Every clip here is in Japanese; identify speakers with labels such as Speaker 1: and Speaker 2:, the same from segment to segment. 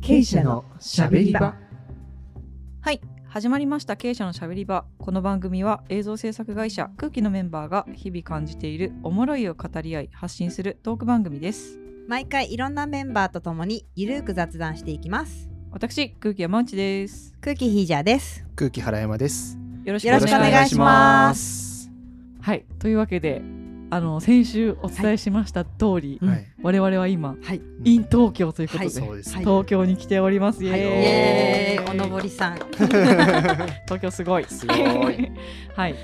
Speaker 1: 経営者のしゃべり場
Speaker 2: はい始まりました経営者のしゃべり場この番組は映像制作会社空気のメンバーが日々感じているおもろいを語り合い発信するトーク番組です
Speaker 3: 毎回いろんなメンバーとともにゆるく雑談していきます
Speaker 2: 私空気山内です
Speaker 3: 空気ヒージャーです
Speaker 4: 空気原山です。
Speaker 2: よろしく
Speaker 3: よろしくお願いします
Speaker 4: す。
Speaker 2: はいというわけであの先週お伝えしました通り、
Speaker 3: うん
Speaker 4: はい。
Speaker 2: 我々は今
Speaker 3: はい
Speaker 2: イン東京ということ
Speaker 3: は
Speaker 2: で、
Speaker 3: い
Speaker 4: そうです
Speaker 3: は
Speaker 4: ね。
Speaker 3: い
Speaker 2: 東京に来ておりますイエー
Speaker 3: イ
Speaker 2: イ
Speaker 3: エーイおのぼりさん
Speaker 2: 東京すごい
Speaker 4: すごい
Speaker 2: はい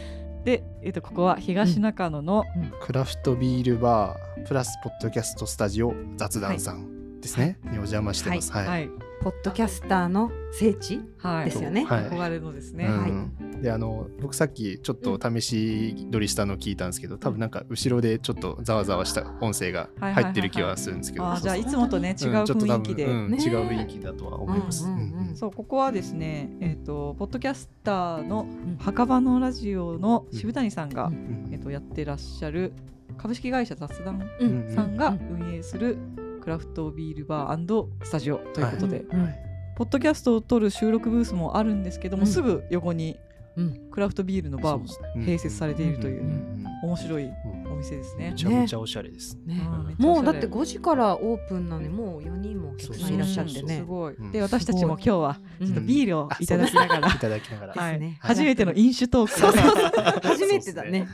Speaker 2: で、えっと、ここは東中野の、
Speaker 4: クラフトビールバープラスポッドキャストスタジオ雑談さんですね。にお邪魔してます。はい。
Speaker 2: はい
Speaker 3: ポッドキャスターの聖地
Speaker 2: はい
Speaker 3: ですよね
Speaker 4: はい
Speaker 2: 憧れのですね、
Speaker 4: う
Speaker 2: はい
Speaker 4: んであの僕さっきちょっと試し撮りしたの聞いたんですけど多分なんか後ろでちょっとざわざわした音声が入ってる気はするんですけど
Speaker 2: あー
Speaker 4: そう
Speaker 2: じゃあ
Speaker 4: そう
Speaker 2: いつもとね違う
Speaker 4: うんちょっと多
Speaker 2: 雰囲
Speaker 4: 分
Speaker 2: 気で、
Speaker 4: うん
Speaker 3: ね
Speaker 4: 違う雰囲気だとは思います。
Speaker 3: う
Speaker 4: うん
Speaker 3: う
Speaker 4: んうん
Speaker 3: うん
Speaker 4: ん
Speaker 2: そうここはですね、えっとポッドキャスターの墓場のラジオの渋谷さんが、
Speaker 3: う
Speaker 4: うん
Speaker 2: えっとやってらっしゃる株式会社雑談
Speaker 3: う
Speaker 4: うん
Speaker 2: さんが運営するクラフトビールバースタジオということで、
Speaker 3: うん
Speaker 2: ポッドキャストを撮る収録ブースもあるんですけど
Speaker 3: う
Speaker 2: も、
Speaker 3: ん
Speaker 2: すぐ横に
Speaker 3: うん
Speaker 2: クラフトビールのバーも
Speaker 4: そうですね
Speaker 2: 併設されているとい
Speaker 4: ん
Speaker 2: うん面白い
Speaker 4: うん
Speaker 2: お店ですね
Speaker 4: め。ちゃめちゃおしゃれです。
Speaker 3: ね
Speaker 2: うんめちゃおし
Speaker 3: も
Speaker 2: ゃ
Speaker 3: う
Speaker 2: れ
Speaker 3: だって5時からオープンなのにもう4人もお客さんいらっしゃって
Speaker 2: う
Speaker 3: ね
Speaker 2: んすごい。
Speaker 4: うん
Speaker 2: で私たちも今日は
Speaker 3: うん
Speaker 2: ちょっと
Speaker 4: ん
Speaker 2: ビールをいただきながら、
Speaker 4: いただきながら。
Speaker 3: あ
Speaker 2: は
Speaker 3: そうです
Speaker 2: い
Speaker 3: ね、
Speaker 2: 初めての飲酒トークをね
Speaker 3: 初めてだね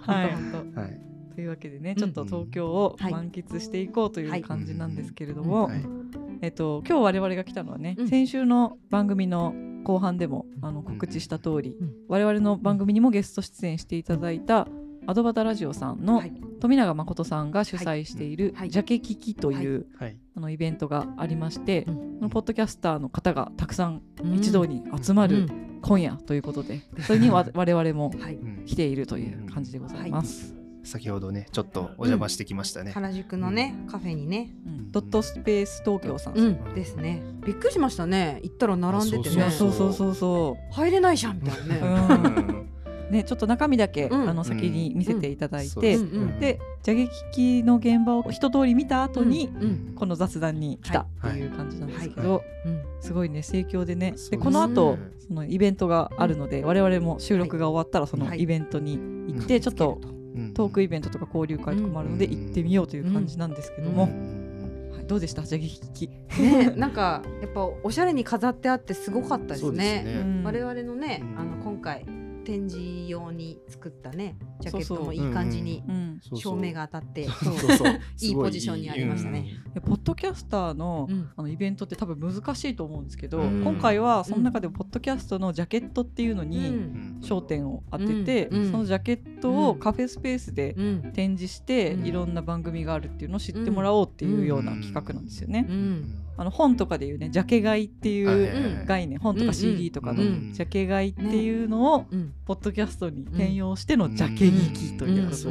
Speaker 2: はい、
Speaker 4: はい。
Speaker 2: というわけで
Speaker 3: う
Speaker 2: ね
Speaker 3: ん
Speaker 2: ちょっと東京を
Speaker 3: はい
Speaker 2: 満喫していこうとい
Speaker 3: は
Speaker 2: う
Speaker 3: い
Speaker 2: 感じなんですけれど
Speaker 3: う
Speaker 2: も、
Speaker 3: ん
Speaker 4: はい
Speaker 2: えっと、今日我々が来たのはね、
Speaker 3: うん
Speaker 2: 先週の番組の後半でもあの
Speaker 4: ん
Speaker 2: 告知した通り、
Speaker 3: うん
Speaker 2: 我々の番組にもゲスト出演していただいたアドバタラジオさんの
Speaker 3: はい
Speaker 2: 富永誠さんが主催している
Speaker 3: はい
Speaker 2: ジャケ聞きという、
Speaker 4: はい。
Speaker 2: あのイベントがありまして、
Speaker 3: うん
Speaker 2: そのポッドキャスターの方がたくさん
Speaker 3: うん
Speaker 2: 一堂に集ま
Speaker 3: う
Speaker 2: る
Speaker 3: ん
Speaker 2: 今夜ということで、それにわ我々も
Speaker 3: はい
Speaker 4: うん
Speaker 2: 来ているという感じでございます。
Speaker 4: 先ほどね、ちょっとお邪魔してきましたね。
Speaker 3: 原宿のねカフェにね
Speaker 2: うんドットスペース東京さん、
Speaker 3: うんですねびっくりしましたね行ったら並んでて
Speaker 2: いや
Speaker 3: ね
Speaker 2: そうそうそうそ
Speaker 3: 入れないじゃんみたいな
Speaker 2: う、う
Speaker 3: ね
Speaker 2: ん、
Speaker 4: ん
Speaker 2: ねちょっと中身だけ、
Speaker 3: うん
Speaker 2: あの先に見せていただい
Speaker 4: そう
Speaker 2: て、
Speaker 4: すね
Speaker 3: うんうん
Speaker 2: で蛇劇機の現場を一通り見た後に、
Speaker 3: うん
Speaker 4: うん
Speaker 2: この雑談に来たっていう感じなんですけど、
Speaker 4: はい
Speaker 3: うん
Speaker 2: すごいね盛況で
Speaker 4: そう
Speaker 2: ね
Speaker 4: です
Speaker 2: で
Speaker 4: ね
Speaker 2: この後そのイベントがあるので、我々も収録が終わったらその
Speaker 3: はい
Speaker 2: イベントに行って、ちょっと
Speaker 4: うん
Speaker 2: トークイベントとか交流会とかもあるので
Speaker 4: うん
Speaker 2: 行ってみようという感じなんですけども
Speaker 4: う、ん
Speaker 2: はいどうでした蛇劇機、
Speaker 3: ね なんかやっぱおしゃれに飾ってあってすごかったです
Speaker 4: そうです
Speaker 3: ね。
Speaker 4: ね。
Speaker 3: 我々のね、
Speaker 4: うん
Speaker 3: あの今回展示用に作ったねジャケット
Speaker 2: そうそ
Speaker 3: も
Speaker 2: う
Speaker 3: いい感じに
Speaker 2: うん、
Speaker 4: そうそう
Speaker 3: 照明が当たって
Speaker 4: そう
Speaker 3: そう
Speaker 4: そうそう
Speaker 3: いいポジションにありましたね。
Speaker 2: いやポッドキャスターの、
Speaker 3: うん
Speaker 2: あのイベントって多分難しいと思うんですけど、
Speaker 4: うん
Speaker 2: 今回はその中でもポッドキャストのジャケットっていうの
Speaker 3: う
Speaker 2: に
Speaker 4: すごいいいうんん
Speaker 2: 焦点を当てて、
Speaker 3: うん
Speaker 2: そのジャケットをカフェスペースで
Speaker 3: うん
Speaker 2: 展示して、
Speaker 3: うん
Speaker 2: いろんな番組があるっていうのを知ってもらおうっていうような企画なんですよね。
Speaker 3: う
Speaker 4: うんん
Speaker 2: あの本とかでいうねジャケ買いってい
Speaker 4: はいうはいはい
Speaker 2: 概念本
Speaker 3: う
Speaker 2: と
Speaker 3: んうん
Speaker 2: か CD とかの
Speaker 4: うん
Speaker 2: ジャケ買いっていうのを
Speaker 3: うん
Speaker 2: ポッドキャストに転用してのジャケ聞きという
Speaker 3: うん
Speaker 4: そ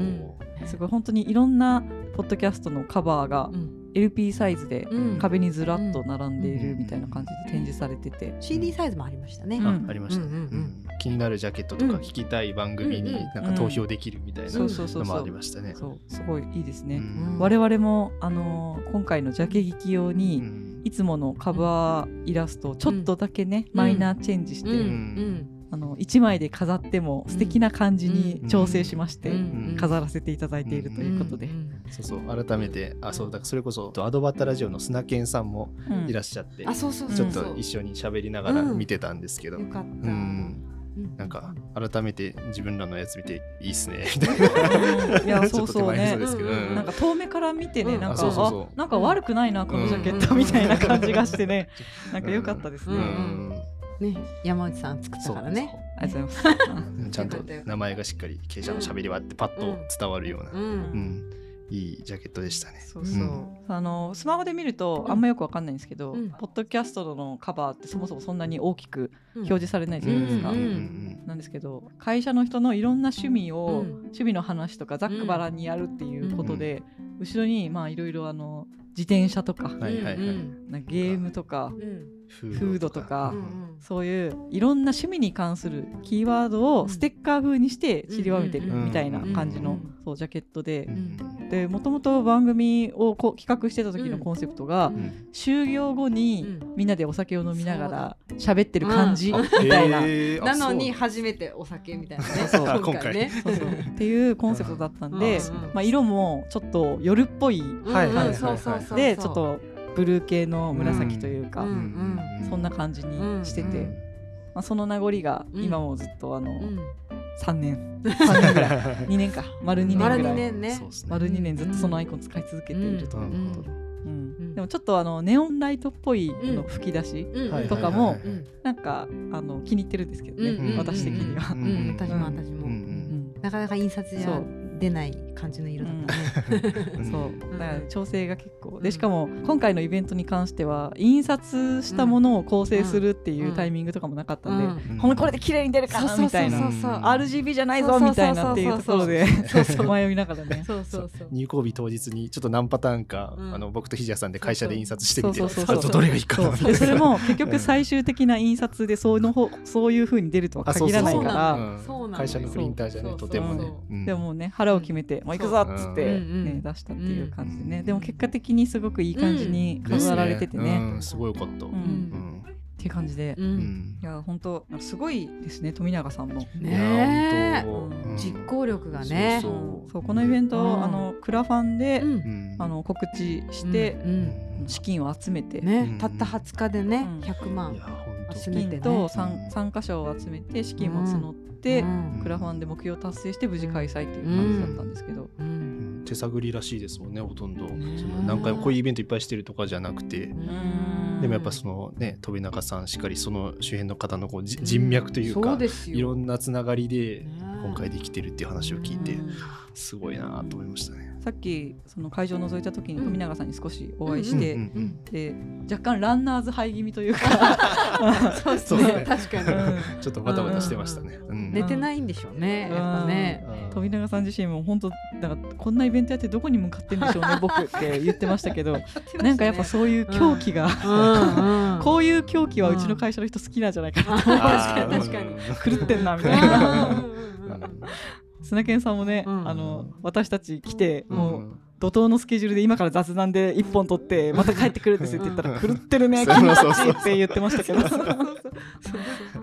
Speaker 2: すごい本当にいろんなポッドキャストのカバーが
Speaker 3: うん
Speaker 2: LP サイズで
Speaker 3: うん
Speaker 2: 壁にずらっと並んでいるみたいな感じで展示されてて、
Speaker 3: CD サイズもありましたね。
Speaker 2: うん
Speaker 4: あありましたね
Speaker 3: うんうんうん
Speaker 4: うん気になるジャケットとか聞きたい番組になんか投票できるみたいな
Speaker 2: そうそうそう
Speaker 4: のも
Speaker 2: そ
Speaker 4: あ
Speaker 2: う
Speaker 4: りましたね。
Speaker 2: そうすごいいいです
Speaker 4: う
Speaker 2: ね、
Speaker 4: ん
Speaker 2: 我々も、あのー今回のジャケ聞き用に、
Speaker 4: うん
Speaker 2: いつものカバーイラストをちょっとだけね、
Speaker 3: うん
Speaker 2: マイナーチェンジして、
Speaker 3: うん
Speaker 2: あの1枚で飾っても素敵な感じに調整しまして、
Speaker 3: うん
Speaker 2: 飾らせていただいているということで、
Speaker 3: うん
Speaker 4: そうそう改めてあそうだからそれこそアドバタラジオのスナケンさんも
Speaker 2: うん
Speaker 4: いらっしゃって
Speaker 3: あそうそう
Speaker 4: ち
Speaker 3: そ
Speaker 4: ょ
Speaker 3: う
Speaker 4: っ
Speaker 3: そう
Speaker 4: と一緒に喋りながら見てたんですけど、
Speaker 3: よかった。う
Speaker 4: うん
Speaker 3: ん
Speaker 4: なんか改めて自分らのやつ見ていいっすねみたい
Speaker 2: う んい
Speaker 4: な
Speaker 2: や
Speaker 4: ち
Speaker 2: そ
Speaker 4: ょ
Speaker 2: う
Speaker 4: っと手
Speaker 2: そう
Speaker 4: 前
Speaker 2: ね
Speaker 4: そうですけど、
Speaker 3: うんうん
Speaker 2: なんか遠目から見てね、
Speaker 3: うん
Speaker 2: なんか
Speaker 4: あそうそうそう
Speaker 2: あなんか悪くないなこのジャケット
Speaker 3: うん
Speaker 2: みたいな感じがしてね、なんか良かったですね、
Speaker 3: うん
Speaker 2: あ
Speaker 3: ね山内さん作ったからね。
Speaker 2: りがとうございます
Speaker 4: そうそうちゃんと名前がしっかり経営者の喋りはってパッと伝わるような、
Speaker 3: う
Speaker 4: うん
Speaker 3: ん
Speaker 4: いいジャケットでしたね。
Speaker 2: そうそう、
Speaker 4: うん
Speaker 2: あのスマホで見ると
Speaker 3: うん
Speaker 2: あんまよくわかんないんですけど、
Speaker 3: うん
Speaker 2: ポッドキャストのカバーってそもそもそんなに大きく表示されないじゃないですか。
Speaker 3: うん
Speaker 2: なんですけど会社の人のいろんな趣味を、
Speaker 3: うん
Speaker 2: 趣味の話とかざっくばらんにやるっていうことで、後ろにまあいろいろあの自転車とか,、
Speaker 4: はいはいはい
Speaker 3: うん
Speaker 2: なんかゲームとか
Speaker 3: うん
Speaker 4: フ
Speaker 2: フードとか
Speaker 5: うんう
Speaker 4: うん
Speaker 5: ん
Speaker 2: そういういろんな趣味に関するキーワード
Speaker 5: う
Speaker 2: を
Speaker 5: ん
Speaker 2: ステッカー風にして散りばめてる
Speaker 4: うん
Speaker 2: みたいな感じ
Speaker 5: う
Speaker 2: の
Speaker 5: ん
Speaker 2: そうジャケットで
Speaker 4: う。ん
Speaker 2: でもともと番組をこう企画してた時の
Speaker 5: うん
Speaker 2: コンセプトが、
Speaker 5: う
Speaker 4: うんん
Speaker 2: 就業後に
Speaker 5: うん
Speaker 2: みんなでお酒を飲みながら喋ってる感じ、
Speaker 4: あ
Speaker 2: みたいな。
Speaker 4: へーあ
Speaker 5: なのに
Speaker 4: そ
Speaker 5: 初めてお酒みたいなね
Speaker 2: そうそう
Speaker 4: 今回
Speaker 5: ね
Speaker 2: そうそうっていうコンセプトだったんで、
Speaker 4: うん
Speaker 2: まあ、色もちょっと夜っぽい
Speaker 4: はいはいは
Speaker 5: うん
Speaker 4: いはい
Speaker 5: うんそうそうそうそう
Speaker 2: でちょっとブルー系の紫というか、
Speaker 5: う
Speaker 4: うんう
Speaker 2: そんな感じにしてて、
Speaker 5: うんうん
Speaker 2: まあ、その名残が今もずっとあの、
Speaker 5: うん
Speaker 2: 3年3年 ぐらい2年か丸2年ぐら
Speaker 5: 丸
Speaker 2: い
Speaker 5: 2年ね
Speaker 4: そうっすね
Speaker 2: 丸2年ずっとそのアイコン使い続けていると、
Speaker 4: う
Speaker 2: うん
Speaker 4: ん
Speaker 5: うん
Speaker 2: でもちょっとあのネオンライトっぽい
Speaker 5: ん
Speaker 2: あの吹き出し、
Speaker 5: うん
Speaker 4: はい
Speaker 2: とかも
Speaker 4: はいはいはい
Speaker 5: うん
Speaker 2: なんかあの気に入ってるんですけどね、
Speaker 5: うんうん
Speaker 2: 私的には。
Speaker 4: う
Speaker 5: うんんうん私も私
Speaker 4: う
Speaker 5: も
Speaker 2: うんん
Speaker 5: なかなか印刷じ
Speaker 2: そ
Speaker 5: ゃ
Speaker 2: う
Speaker 5: 出ない感じの色だったね
Speaker 4: うん
Speaker 2: そうだか
Speaker 5: う
Speaker 2: ら
Speaker 5: ん
Speaker 2: 調整が結構
Speaker 5: う
Speaker 2: で
Speaker 5: ん
Speaker 2: しかも今回のイベントに関しては印刷したものを構成するっていうタイミングとかもなかったんで、
Speaker 5: うん
Speaker 4: うん
Speaker 2: ほんまこれで綺麗に出るか
Speaker 5: そう
Speaker 2: な
Speaker 5: そう
Speaker 2: み
Speaker 5: そ
Speaker 2: た
Speaker 5: う
Speaker 2: い
Speaker 5: そ
Speaker 2: な
Speaker 5: うそう
Speaker 4: うん
Speaker 2: RGB じゃないぞみたいなっていうところで迷いながらね
Speaker 5: そうそうそう
Speaker 4: 入校日当日にちょっと何パターンか、
Speaker 5: うん
Speaker 4: あの僕とひじやさんで会社で印刷して
Speaker 2: そ
Speaker 4: み
Speaker 2: う
Speaker 4: て
Speaker 2: そ
Speaker 4: あ
Speaker 2: うそうそう
Speaker 4: とどれがいいかなみたい
Speaker 2: で
Speaker 4: な
Speaker 2: それも結局最終的な印刷でそうの方そういう風に出るとは
Speaker 4: あそう
Speaker 2: 限
Speaker 4: そ
Speaker 2: ら
Speaker 4: う
Speaker 2: ないか
Speaker 5: そう
Speaker 2: ら
Speaker 4: うん
Speaker 5: そうなのよ
Speaker 4: 会社のプリンターじゃね
Speaker 5: そう
Speaker 4: とても
Speaker 5: そ
Speaker 4: ね
Speaker 5: うそう、
Speaker 4: うん
Speaker 2: でもね腹を決めて「もう行くぞ!」っつって、
Speaker 5: うんうんう
Speaker 2: ね、
Speaker 5: ん
Speaker 2: 出したっていう感じでね
Speaker 4: うん
Speaker 2: でも結果的にすごくいい感じに飾られてて
Speaker 4: です
Speaker 2: ね。
Speaker 4: うんすごいよかった、う
Speaker 2: うん
Speaker 5: うん
Speaker 4: う
Speaker 2: ん
Speaker 4: ん
Speaker 2: っていう感じで
Speaker 5: う
Speaker 4: うんん
Speaker 2: いや本当すごいですね富永さんも。
Speaker 4: いや
Speaker 5: ね
Speaker 4: 本当う
Speaker 2: う
Speaker 4: ん
Speaker 5: え実行力がね
Speaker 4: そう
Speaker 2: そうこのイベント、
Speaker 5: うん
Speaker 2: あのクラファンで、
Speaker 5: うん
Speaker 4: うん
Speaker 2: あの告知して
Speaker 5: う、ん
Speaker 4: うん
Speaker 2: 資金を集めて、
Speaker 4: う
Speaker 5: ね
Speaker 4: ん
Speaker 5: たった20日でね
Speaker 2: うん
Speaker 5: 100
Speaker 4: い
Speaker 5: 万
Speaker 4: や本当
Speaker 5: 集
Speaker 2: 資
Speaker 5: めて
Speaker 2: 金
Speaker 5: ね
Speaker 2: と
Speaker 4: う
Speaker 2: 参
Speaker 4: ん
Speaker 2: 参加者を集めて資金も募って、
Speaker 5: うん
Speaker 2: クラファンで目標達成して無事開催っていう感じだったんですけど、
Speaker 5: うん
Speaker 4: うん手探りらしいですもんねほとんど
Speaker 5: ね
Speaker 4: その何回もこういうイベントいっぱいしてるとかじゃなくてでもやっぱそのね飛中さんしっかりその周辺の方のこうじ人脈という
Speaker 5: そ
Speaker 4: か
Speaker 5: うですよ
Speaker 4: いろんなつながりで
Speaker 5: ね
Speaker 4: 今回できてるっていう話を聞いて
Speaker 5: うん
Speaker 4: すごいなと思いましたね。
Speaker 2: さっきその会場を覗いた時に
Speaker 5: うん
Speaker 2: 富永さんに少しお会いして、
Speaker 4: うんうん
Speaker 2: で若干ランナーズハイ気味というか そう
Speaker 4: そう
Speaker 5: ね
Speaker 4: ね
Speaker 5: 確かに
Speaker 2: う
Speaker 4: ちょっとバタバタしてましたね。うん
Speaker 5: 寝てないんでしょうね
Speaker 2: うん
Speaker 5: やっぱね
Speaker 4: うん
Speaker 2: 富永さん自身も本当なんかこんなイベントやってどこに向かってんでしょうね僕って言ってましたけどなんかやっぱそういう狂気が、
Speaker 5: うんうん
Speaker 2: こういう狂気はうちの会社の人好きなんじゃないかなと思って、
Speaker 4: あ ー
Speaker 5: 確かに確かに
Speaker 2: 狂ってんなみたいな
Speaker 5: うんうんうんうん
Speaker 2: 砂犬さんもね、
Speaker 5: うん
Speaker 2: あの私たち来て、
Speaker 4: うん
Speaker 2: もう怒涛のスケジュールで今から雑談で1本撮ってまた帰ってくるんですよって言ったら
Speaker 4: うん
Speaker 2: 狂ってるね気
Speaker 4: そう
Speaker 2: 持
Speaker 4: そう
Speaker 2: ち
Speaker 4: そ
Speaker 2: いういって言ってましたけど、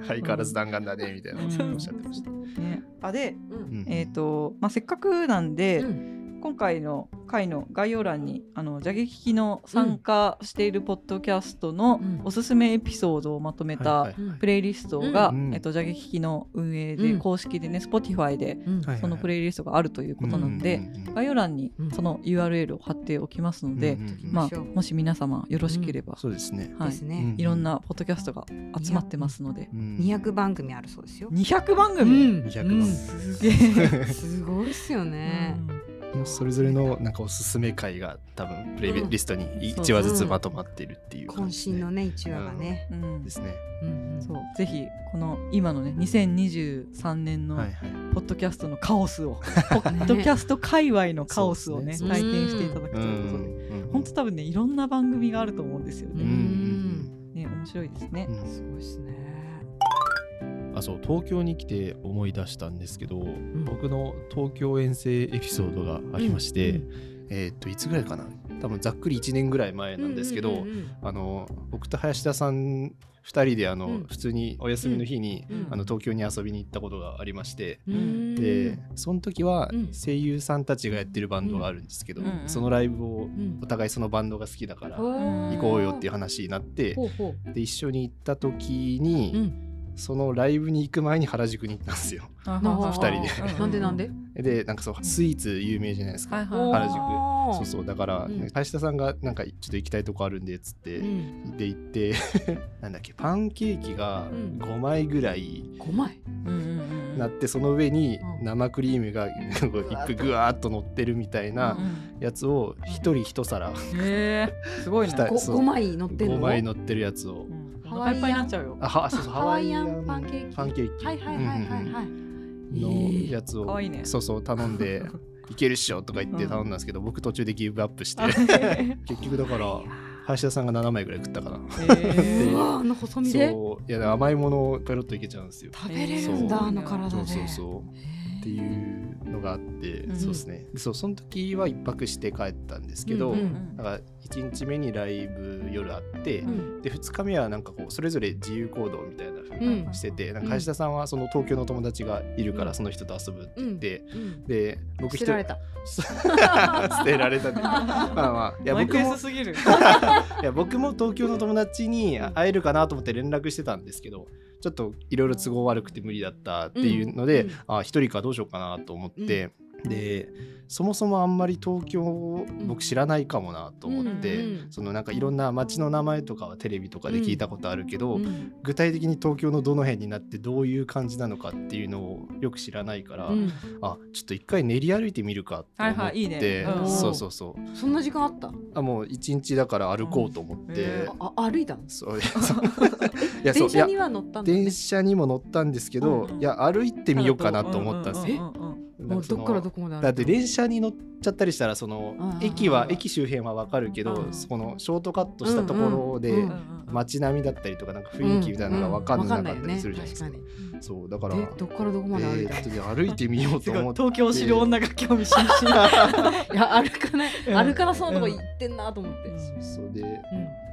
Speaker 4: 相変わらず弾丸だねみたいなことをおっしゃってました。
Speaker 2: ね、あで、
Speaker 4: うん
Speaker 2: えーとまあ、せっかくなんで、
Speaker 5: うん
Speaker 2: 今回の回の概要欄にあの蛇劇機の参加しているポッドキャストの
Speaker 5: うん
Speaker 2: おすすめエピソードをまとめた、
Speaker 4: はいはい
Speaker 5: うん
Speaker 2: プレイリストが、
Speaker 4: うん
Speaker 2: えっと、ジャゲキキの運営で、
Speaker 5: うん
Speaker 2: 公式でね Spotify で
Speaker 5: うん
Speaker 4: はい
Speaker 2: そのプレイリストがあるということなので、概要欄にその URL を貼っておきますので、
Speaker 5: ま
Speaker 2: ま
Speaker 5: あ
Speaker 2: あ、もし皆様よろしければ、
Speaker 4: そうですね。
Speaker 2: は
Speaker 5: で
Speaker 2: い
Speaker 5: すね
Speaker 2: いろんなポッドキャストが集まってますので、
Speaker 5: 200番組あるそうですよ
Speaker 2: 200番組、
Speaker 5: うん
Speaker 4: 200番
Speaker 2: すげえ、
Speaker 5: すごいっすよね
Speaker 4: それぞれのなんかおすすめ回が多分プレイリストに1話ずつまとまってるっていう感じ
Speaker 5: 渾身のね一話がね
Speaker 2: うんうん
Speaker 4: ですね。
Speaker 5: うんうん
Speaker 2: そうぜひこの今のね2023年の
Speaker 4: はいはい。
Speaker 2: ポッドキャストのカオス を、ポッドキャスト界隈のカオスをね
Speaker 4: そう
Speaker 5: です
Speaker 2: 体
Speaker 5: ね
Speaker 2: 験していただくということで、本当多分ねいろんな番組があると思うんですよ
Speaker 4: う
Speaker 2: ね。
Speaker 4: ん。
Speaker 2: ね面白いですね。
Speaker 5: すごいっすね
Speaker 6: あそう東京に来て思い出したんですけど、
Speaker 5: ん
Speaker 6: 僕の東京遠征エピソードがありまして、
Speaker 5: うん
Speaker 4: えっといつぐらいかな。多分ざっくり1年ぐらい前なんですけど。あの僕と林田さん2人であの、
Speaker 5: うん
Speaker 4: 普通にお休みの日に、
Speaker 5: うん
Speaker 4: あの東京に遊びに行ったことがありまして、
Speaker 5: うん
Speaker 4: でその時は
Speaker 5: うん
Speaker 4: 声優さんたちがやってるバンドがあるんですけど、
Speaker 2: うん
Speaker 4: そのライブを
Speaker 5: うん
Speaker 4: お互いそのバンドが好きだから行
Speaker 2: ん
Speaker 4: こうよっていうう話になって、
Speaker 5: ほうほ
Speaker 4: で一緒に行った時
Speaker 5: うう
Speaker 4: に、
Speaker 5: ん
Speaker 4: そのライブに行く前に原宿に行ったんですよ。
Speaker 2: 二
Speaker 5: あ
Speaker 4: ー
Speaker 5: 人
Speaker 4: 二人
Speaker 5: なんでなんで
Speaker 4: でなんかそうスイーツ有名じゃないですか。
Speaker 2: はいはい
Speaker 4: 原宿
Speaker 5: おー
Speaker 4: そうそうだから、
Speaker 5: うん
Speaker 4: 林田さんがなんかちょっと行きたいとこあるんでっつって、
Speaker 5: うん
Speaker 4: で行って なんだっけパンケーキが
Speaker 5: ん
Speaker 4: 5枚ぐらい
Speaker 5: 五枚
Speaker 4: なって、その上に
Speaker 5: うん
Speaker 4: 生クリー ムがこう
Speaker 5: わーっと
Speaker 4: 一個ぐわーっと乗ってるみたいなやつを一人一皿
Speaker 2: へえすごいね。
Speaker 4: した
Speaker 5: 五
Speaker 4: そう
Speaker 5: 五枚乗ってんの
Speaker 4: 5枚乗ってるやつを
Speaker 2: お腹いっぱいになっちゃうよ。
Speaker 4: あはそうそう
Speaker 5: ハワイアンパンケーキ
Speaker 4: パンケーキ
Speaker 5: はいはいはいはいはい
Speaker 4: のやつ
Speaker 2: か
Speaker 4: を
Speaker 2: わいいね
Speaker 4: そうそう頼んで いけるっしょとか言って頼んだんですけど僕途中でギブアップして結局だから林田さんが7枚ぐらい食ったかな。
Speaker 2: え
Speaker 4: ー
Speaker 3: う わあの細身で
Speaker 4: そういや甘いものをペロッといけちゃうんですよ。
Speaker 3: 食べれるん
Speaker 4: そ
Speaker 3: だ
Speaker 4: う
Speaker 3: あの体で
Speaker 4: そうそうそう。っていうのがあって、
Speaker 2: うん
Speaker 4: そうですね。でそうその時は一泊して帰ったんですけど、
Speaker 3: うんうん
Speaker 4: だから1日目にライブ夜あって、
Speaker 3: うん
Speaker 4: で2日目はなんかこうそれぞれ自由行動みたいな風
Speaker 3: う
Speaker 4: に
Speaker 3: ん
Speaker 4: してて、なんか林田さんはその東京の友達がいるからその人と遊ぶって言って、
Speaker 3: うん
Speaker 4: で僕
Speaker 3: 捨
Speaker 4: 一人
Speaker 3: てられた
Speaker 4: 捨てられたってまあまあいや
Speaker 2: マイ
Speaker 4: 僕
Speaker 2: ペー
Speaker 4: も
Speaker 2: スすぎる。
Speaker 4: いや僕も東京の友達にあ会えるかなと思って連絡してたんですけどちょっといろいろ都合悪くて無理だったっていうので、
Speaker 3: うんうん
Speaker 4: あ一人かどうしようかなと思って、でそもそもあんまり東京を僕知らないかもなと思って、
Speaker 3: うんうんうん
Speaker 4: そのなんかいろんな街の名前とかはテレビとかで聞いたことあるけど、
Speaker 3: うん
Speaker 4: 具体的に東京のどの辺になってどういう感じなのかっていうのをよく知らないから、
Speaker 3: うん
Speaker 4: あちょっと一回練り歩いてみるかって思って、
Speaker 2: はいはいいいねうん
Speaker 4: そうそうそう
Speaker 3: そんな時間あった
Speaker 4: あもう一日だから歩こうと思っ
Speaker 2: うんへ
Speaker 4: て
Speaker 2: ー、
Speaker 3: ああ歩いたの
Speaker 4: そういやそういやそう
Speaker 3: 電車
Speaker 4: いや
Speaker 3: には乗ったんだね
Speaker 4: 電車にも乗ったんですけど、
Speaker 3: うんうん
Speaker 4: いや歩いてみようかなと思ったんですよ。
Speaker 2: うううんうん
Speaker 3: も
Speaker 4: なん
Speaker 3: う
Speaker 4: そ
Speaker 3: ど
Speaker 4: の
Speaker 3: っからどこまで歩いた
Speaker 4: だって電車に乗っちゃったりしたらその
Speaker 3: あー
Speaker 4: 駅は駅周辺はわかるけ
Speaker 2: う
Speaker 4: ど
Speaker 2: ん
Speaker 4: そこのショートカットしたところ
Speaker 3: うんう
Speaker 4: で
Speaker 3: ん
Speaker 2: うんうん
Speaker 4: 街並みだったりとかなんか雰囲気みたいなのがわかんなかったりするじゃないですか
Speaker 3: うん。うんわ
Speaker 4: そうだか
Speaker 3: からんないよね確かにでどっからどこまで歩い
Speaker 4: で
Speaker 3: たの
Speaker 4: ちょっと歩いてみよう
Speaker 2: す
Speaker 4: と
Speaker 2: ごい
Speaker 4: 思って
Speaker 2: 東京を知る女が興味津々。
Speaker 3: いや歩かない
Speaker 2: うん
Speaker 3: 歩かなそうなとこ行ってんなと思って
Speaker 4: そうで
Speaker 3: う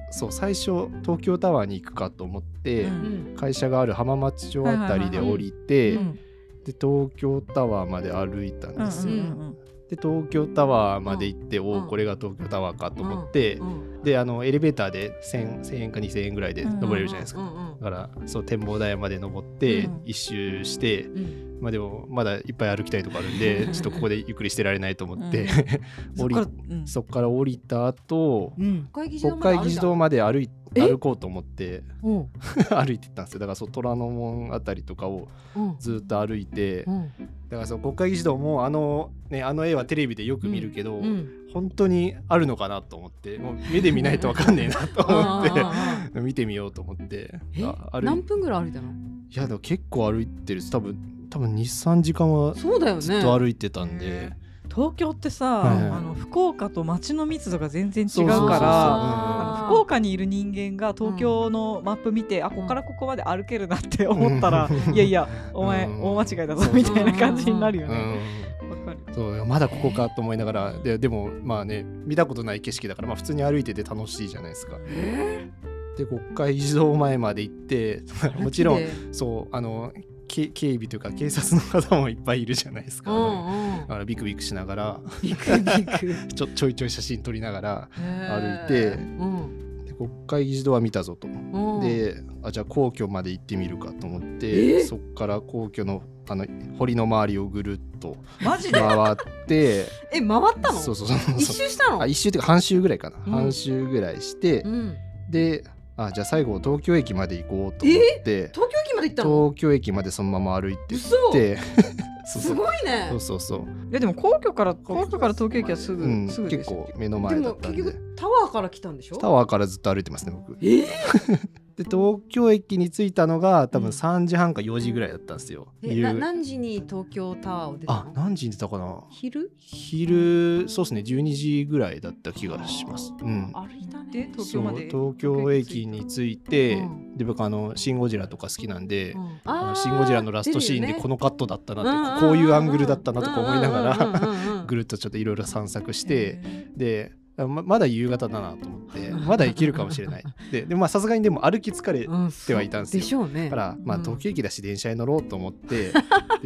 Speaker 4: そう最初東京タワーに行くかと思って
Speaker 2: うん
Speaker 3: んうん
Speaker 4: 会社がある浜松町あたりで降りて
Speaker 3: うん
Speaker 4: で東京タワーまで歩いたんですよ
Speaker 3: うん
Speaker 4: で東京タワーまで行って、お
Speaker 3: う
Speaker 4: お
Speaker 3: ん
Speaker 4: これが東京タワーかと思って、
Speaker 3: うん
Speaker 4: であのエレベーターで 1000, 1000円か2000円ぐらいで登れるじゃないですか、
Speaker 3: うんうん
Speaker 4: だからそう展望台まで登って
Speaker 2: うん
Speaker 4: 一周して、
Speaker 3: うん
Speaker 4: まあでもまだいっぱい歩きたいとこあるんでちょっとここでゆっくりしてられないと思って、
Speaker 2: そ
Speaker 4: 降
Speaker 2: っ
Speaker 4: り
Speaker 2: からうん
Speaker 4: そっから降りた後
Speaker 3: うん国会議事堂
Speaker 4: 国
Speaker 3: まで
Speaker 4: 会
Speaker 3: 歩い
Speaker 4: 議事
Speaker 3: た
Speaker 4: 堂まで歩い
Speaker 3: え
Speaker 4: 歩こうと思って
Speaker 3: うん
Speaker 4: 歩いてったんですよだからそう虎ノ門あたりとかを
Speaker 3: うん
Speaker 4: ずっと歩いて、
Speaker 3: うん
Speaker 4: だからそう国会議事堂もあの,、ね、あの絵はテレビでよく見るけど、
Speaker 3: うん
Speaker 4: 本当にあるのかなと思ってもう目で見ないとわかんねえなと思
Speaker 3: あーあーあ
Speaker 4: って見てみようと思ってあ
Speaker 3: え
Speaker 4: 歩い
Speaker 3: 何分ぐらい歩いたの
Speaker 4: いやでも結構歩いてる多分多分23時間は
Speaker 3: そうだよね
Speaker 4: ずっと歩いてたんで、
Speaker 2: 東京ってさ、
Speaker 4: はいはい
Speaker 2: あの福岡と街の密度が全然違
Speaker 4: そううそうそう
Speaker 2: から。
Speaker 4: あ
Speaker 2: 福岡にいる人間が東京のマップ見て、あここからここまで歩けるなって思ったら、
Speaker 4: うん
Speaker 2: いやいやお前、
Speaker 4: うん
Speaker 2: 大間違いだぞみたいな感じになるよ
Speaker 4: う
Speaker 2: ね。
Speaker 4: ん
Speaker 2: わ、かる。
Speaker 4: そうまだここかと思いながらででもまあね見たことない景色だから、まあ、普通に歩いてて楽しいじゃないですか。で国会議事堂前まで行って もちろん
Speaker 3: 歩きで
Speaker 4: そうあのけ警備というか警察の方もいっぱいいるじゃないですか。
Speaker 3: うんうん
Speaker 4: だからビクビクしながら
Speaker 3: ビクビク
Speaker 4: ちょちょいちょい写真撮りながら
Speaker 3: 歩
Speaker 4: いて
Speaker 3: うん
Speaker 4: で国会議事堂は見たぞと。
Speaker 3: うん
Speaker 4: であじゃあ皇居まで行ってみるかと思っ
Speaker 3: え
Speaker 4: てそっから皇居のあの堀の周りをぐるっ と
Speaker 2: マジで
Speaker 4: 回って
Speaker 3: え回ったの
Speaker 4: そうそうそう
Speaker 3: 一
Speaker 4: そう
Speaker 3: 周したの
Speaker 4: あ一周っていうか半周ぐらいかな、
Speaker 3: うん
Speaker 4: 半周ぐらいして、
Speaker 3: うん
Speaker 4: であじゃあ最後東京駅まで行こうと思って
Speaker 3: 東京駅まで行ったの
Speaker 4: 東京駅までそのまま歩いてっ
Speaker 3: 嘘
Speaker 4: て そう
Speaker 3: す
Speaker 4: そう
Speaker 3: ごいね
Speaker 4: そうそうそう、
Speaker 2: いやでも皇居から皇居から東京駅はすぐ、
Speaker 4: うん、
Speaker 2: すぐで
Speaker 4: 結
Speaker 2: すよ
Speaker 4: 構目の
Speaker 3: で
Speaker 4: 前だ
Speaker 3: も
Speaker 4: ったん
Speaker 3: 結
Speaker 4: で
Speaker 3: 局タワーから来たんでしょ
Speaker 4: タワーからずっと歩いてますね僕
Speaker 3: えー
Speaker 4: で東京駅に着いたのが多
Speaker 3: う
Speaker 4: 分
Speaker 3: ん
Speaker 4: 3時半か4時ぐらいだったんですよ、
Speaker 3: え
Speaker 4: 夕
Speaker 3: な何時に東京タワーを出た
Speaker 4: あ
Speaker 3: の
Speaker 4: 何時に出たかな
Speaker 3: 昼
Speaker 4: 昼そうですね12時ぐらいだった気がしますうん
Speaker 3: 歩いたね
Speaker 2: で東京まで
Speaker 4: そう東京駅に着いて、
Speaker 3: うん
Speaker 4: で僕あの「シン・ゴジラ」とか好きなんで、
Speaker 3: うん
Speaker 4: あの
Speaker 3: あー
Speaker 4: シン・ゴジラ」のラストシーン
Speaker 3: 出
Speaker 4: で
Speaker 3: るよね
Speaker 4: このカットだったなって、
Speaker 3: んんんん
Speaker 4: こういうアングルだったなとか思いなが
Speaker 3: うん
Speaker 4: ら
Speaker 3: うんうんうん
Speaker 4: ぐるっとちょっといろいろ散策して、
Speaker 2: へ
Speaker 4: でままだ夕方だなと思ってまだ行けるかもしれないででもまあさすがにでも歩き疲れ
Speaker 3: うん
Speaker 4: てはいたんですよ
Speaker 3: でしょうね
Speaker 4: だから、まあ、
Speaker 3: うん
Speaker 4: 東京駅だし電車に乗ろうと思 って、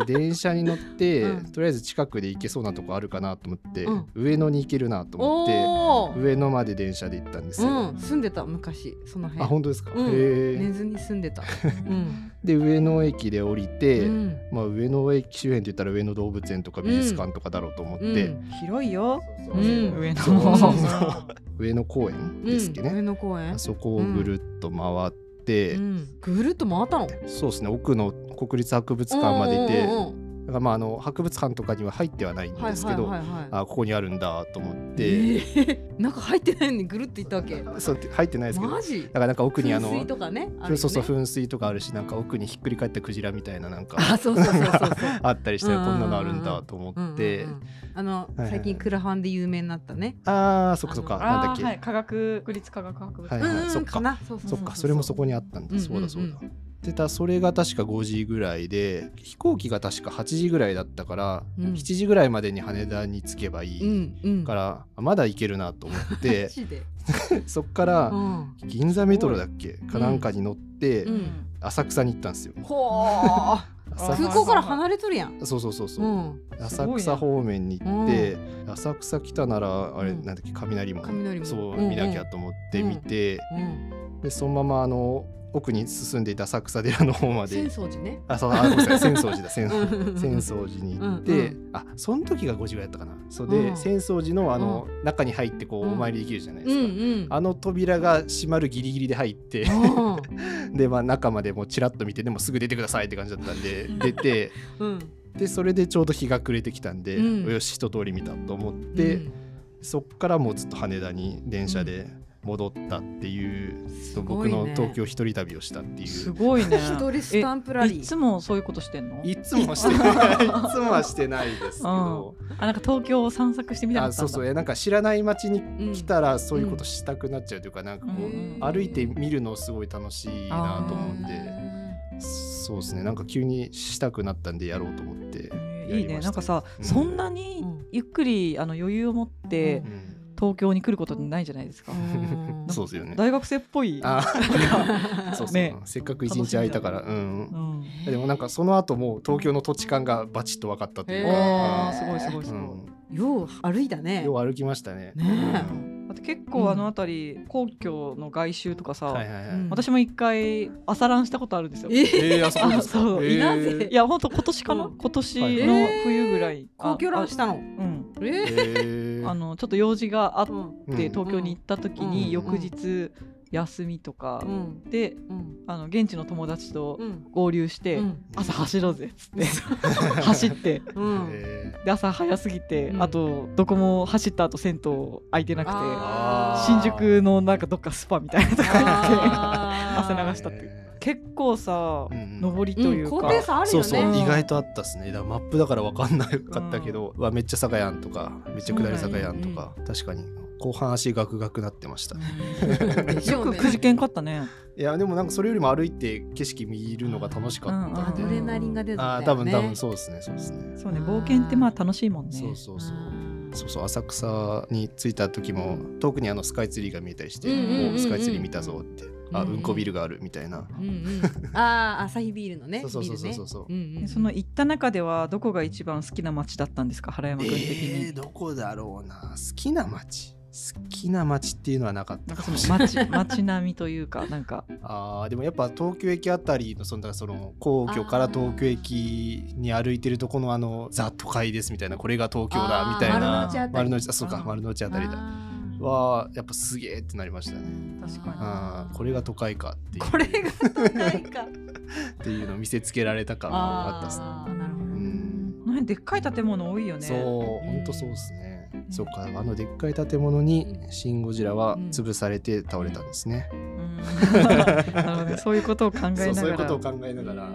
Speaker 4: で電車に乗って、
Speaker 3: うん
Speaker 4: とりあえず近くで行けそうなとこあるかなと思って、
Speaker 3: うん
Speaker 4: 上野に行けるなと思って
Speaker 3: おー
Speaker 4: 上野まで電車で行ったんですよ。
Speaker 3: うん住んでた昔その辺
Speaker 4: あ本当ですか、
Speaker 3: うん
Speaker 4: へ
Speaker 3: 寝
Speaker 4: え
Speaker 3: ずに住んで たうん
Speaker 4: で上野駅で降りて、
Speaker 3: うん
Speaker 4: まあ、上野駅周辺って言ったら上野動物園とか美術館とかだろうと思って、
Speaker 3: うん
Speaker 2: ー広いよ、
Speaker 3: う
Speaker 2: うん上野
Speaker 4: そうそう
Speaker 2: も。
Speaker 4: そう上野公園ですっけね、
Speaker 3: うん上野公園
Speaker 4: あそこをぐるっと回って、
Speaker 3: うんぐるっと回ったの
Speaker 4: そうですね奥の国立博物館まで行って、
Speaker 3: うんうんうん
Speaker 4: からまああの博物館とかには入ってはないん
Speaker 3: はい
Speaker 4: です
Speaker 3: は
Speaker 4: け
Speaker 3: い
Speaker 4: ど、
Speaker 3: はいは
Speaker 4: あここにあるんだと思っ
Speaker 3: い。
Speaker 4: て、
Speaker 3: えー 中入ってないのにぐるっと行ったわけ。
Speaker 4: そう入ってないですけどだ
Speaker 3: マ
Speaker 4: か
Speaker 3: ジ。
Speaker 4: らなんか奥にあの
Speaker 3: 噴水とかね。あるよね
Speaker 4: そうそう噴水とかあるしなんか奥にひっくり返ったクジラみたい ななんか
Speaker 3: あ、そうそうそうそう そう。
Speaker 4: あったりして
Speaker 3: うんうん
Speaker 4: こ
Speaker 3: うんん
Speaker 4: なのあるんだと思
Speaker 3: うんうんうん
Speaker 4: って、
Speaker 3: あの
Speaker 4: はい
Speaker 3: 最近クラファンで有名になったね。
Speaker 4: ああそっかそっか
Speaker 3: あの
Speaker 4: なんだっけ、
Speaker 2: はい、科学国立科学博物
Speaker 4: は
Speaker 2: 館、
Speaker 4: いはいそっか
Speaker 3: かな。そうそう
Speaker 4: そっかそれもそこにあったんだ、
Speaker 3: うんうん
Speaker 4: そうだそうだ
Speaker 3: う
Speaker 4: でたそれが確か5時ぐらいで飛行機が確か8時ぐらいだったから、
Speaker 3: うん
Speaker 4: 7時ぐらいまでに羽田に着けばい
Speaker 3: うん
Speaker 4: い
Speaker 3: うん。
Speaker 4: から、まだ行けるなと思っ
Speaker 3: マ
Speaker 4: て
Speaker 3: ジで。
Speaker 4: そっから
Speaker 3: うん。
Speaker 4: 銀座メトロだっけかなんかに乗って
Speaker 3: うん
Speaker 4: 浅草に行ったんですよ、
Speaker 3: ほ ー。
Speaker 4: 浅
Speaker 3: 空
Speaker 4: 草
Speaker 3: 港から離れとるやん。
Speaker 4: そうそうそうそうう、
Speaker 3: ん。
Speaker 4: 浅草方面に行って、浅草来たならあれ、
Speaker 3: うん
Speaker 4: なんだっけ雷門
Speaker 3: 雷門
Speaker 4: そう、
Speaker 3: うんうん
Speaker 4: 見なきゃと思って見て、
Speaker 3: うん。
Speaker 4: でそのままあの奥に進んでいた浅草寺の方ま
Speaker 3: 浅
Speaker 4: で
Speaker 3: 草寺ね。
Speaker 4: あそうあごめんな さい浅草寺 だ浅草寺
Speaker 3: うん
Speaker 4: 浅草寺に行って、
Speaker 3: う
Speaker 4: あその時が5時ぐらいだったかなそうで、
Speaker 3: うん
Speaker 4: 浅草寺のあの、中に入ってこうお参りできるじゃないで
Speaker 3: う
Speaker 4: す
Speaker 3: ん
Speaker 4: か、
Speaker 3: うん。
Speaker 4: あの扉が閉まるギリギリで入って、
Speaker 3: うん
Speaker 4: でまあ中までもうチラッと見てでもすぐ出てくださいって感じだったんで出て
Speaker 3: うん。
Speaker 4: でそれでちょうど日が暮れてきたんで、
Speaker 3: うん
Speaker 4: よし一通り見たと思って、
Speaker 3: うん、
Speaker 4: そっからもうずっと羽田に電車で戻ったっていう、
Speaker 3: すご
Speaker 4: 僕
Speaker 3: いね
Speaker 4: の東京一人旅をしたっていう。
Speaker 2: すごいね
Speaker 3: 一人スタンプラ
Speaker 2: え
Speaker 3: リ
Speaker 2: いつ
Speaker 3: ー。
Speaker 2: もそういうことしてんの
Speaker 4: いつもはしてないいつもはしてないですけど、
Speaker 2: あなんか東京を散策してみたか
Speaker 4: あ
Speaker 2: ったんだ
Speaker 4: そうそうえなんか知らない街に
Speaker 3: うん
Speaker 4: 来たらそういうことしたくなっちゃうというか、なんかこう、
Speaker 2: うん
Speaker 4: 歩いてみるのすごい楽しいなと思って
Speaker 3: う
Speaker 4: そうですねなんか急にしたくなったんでやろうと思って、
Speaker 2: え
Speaker 4: や
Speaker 2: ーいい
Speaker 4: り
Speaker 2: ね
Speaker 4: ました
Speaker 2: なんかさ、
Speaker 4: うん
Speaker 2: そんなにゆっくりあの余裕を持って
Speaker 4: うん
Speaker 2: 東京に来ることってないじゃないですか、
Speaker 3: ん
Speaker 4: そうですよね
Speaker 2: 大学生っぽい
Speaker 4: あ そうそう、
Speaker 2: ね
Speaker 4: せっかく一日空いたからうん
Speaker 2: うん、
Speaker 4: でもなんかその後もう東京の土地勘がバチッと分かったという
Speaker 3: へ
Speaker 4: か
Speaker 2: あーすごいすごい
Speaker 4: う
Speaker 2: すごい、
Speaker 4: ん、
Speaker 3: よう歩いたね。
Speaker 4: よう歩きましたね。
Speaker 3: ねえ
Speaker 2: あと結構あの辺り、皇居の外周とかさ、
Speaker 4: うんはいはいはい。
Speaker 3: うん
Speaker 2: 私も一回朝ランしたことあるんですよ。
Speaker 3: え
Speaker 4: えー、あそこですか。
Speaker 2: あそう
Speaker 4: えー
Speaker 3: なぜ
Speaker 2: いや本当今年かな、
Speaker 3: うん
Speaker 2: 今年
Speaker 4: はい
Speaker 2: の冬ぐらい、あ
Speaker 3: 公共ランしたの。
Speaker 2: あうん
Speaker 3: え
Speaker 4: えー
Speaker 2: あのちょっと用事があっ
Speaker 3: う
Speaker 2: て
Speaker 3: ん
Speaker 4: うん
Speaker 2: 東京に行った時に、
Speaker 4: うん
Speaker 2: 翌日休みとか
Speaker 3: うん
Speaker 2: で、
Speaker 3: うん
Speaker 2: あの現地の友達と
Speaker 3: うん
Speaker 2: 合流して、
Speaker 3: うん
Speaker 2: 朝走ろうぜっつって 走って
Speaker 3: うん。
Speaker 4: え
Speaker 2: で朝早すぎて、
Speaker 3: うん
Speaker 2: あとどこも走った後銭湯空いてなくて
Speaker 3: あー
Speaker 2: 新宿のなんかどっかスパみたいなとこ行って
Speaker 3: あー
Speaker 4: ー
Speaker 2: 汗流したっていう結構さ、
Speaker 4: うん
Speaker 2: 上りといううんか、
Speaker 3: 高低差ある
Speaker 4: そ
Speaker 3: よ
Speaker 4: う
Speaker 3: ね。
Speaker 4: そう、
Speaker 2: うん
Speaker 4: 意外とあったっすねだからマップだから分かんなかったけど、うわめっちゃ坂やんとかめっちゃ下り坂やんとか、確かに後半足ガクガクなってました、い
Speaker 3: でしょ
Speaker 2: よ
Speaker 3: う
Speaker 2: く
Speaker 3: ね
Speaker 2: くじけんかったね。
Speaker 4: やでもなんかそれよりも歩いて景色見るのが楽しかった
Speaker 3: ア
Speaker 4: んで、
Speaker 3: ドレナリンが出たんだよね。
Speaker 4: あー多分多分そうですねそうですね、
Speaker 2: そうね、冒険ってまあ楽しいもんね。
Speaker 4: そうそうそう
Speaker 3: あー
Speaker 4: そうそう浅草に着いた時も遠くにあのスカイツリーが見えたりして、
Speaker 3: うんうんうんうん
Speaker 4: おスカイツリー見たぞって、あ
Speaker 3: うんうん
Speaker 4: うんこビルがあるみたいな、
Speaker 3: うんうん。ああ、アサヒビールのね。
Speaker 4: そうそうそうそう
Speaker 3: ビールね
Speaker 4: そう
Speaker 3: うんうんう
Speaker 2: で
Speaker 3: ん。
Speaker 2: その行った中ではどこが一番好きな街だったんですか原山君的に、
Speaker 4: えー、どこだろうな好きな街好きな街っていうのはなかっ
Speaker 2: な
Speaker 4: た
Speaker 2: んかそ
Speaker 4: か
Speaker 2: の
Speaker 4: もしれない
Speaker 2: 街街並みというかなんか
Speaker 4: あーでもやっぱ東京駅あたりのそのだからその皇居から東京駅に歩いてるとこのあのザ都会ですみたいなこれが東京だ
Speaker 3: あー
Speaker 4: みたい
Speaker 3: 丸の
Speaker 4: な
Speaker 3: 内あたり
Speaker 4: 丸の内あそうか
Speaker 2: うん
Speaker 4: 丸の内あたりだ
Speaker 3: あー
Speaker 4: はやっぱすげえってなりましたね
Speaker 2: 確かに
Speaker 4: あーこれが都会かっていう
Speaker 3: これが都会か。
Speaker 4: っていうのを見せつけられた感が あったっすね
Speaker 3: あーなるほど
Speaker 4: う
Speaker 3: ね。
Speaker 4: ん
Speaker 2: この辺でっかい建物多いよね
Speaker 4: そう
Speaker 3: うん
Speaker 4: 本当そうですね、そっかあのでっかい建物にシン・ゴジラは潰されて倒れたんですね、
Speaker 2: うんなるほ どねそういうことを考えなが
Speaker 4: そう
Speaker 2: ら
Speaker 4: そういうことを考えながら、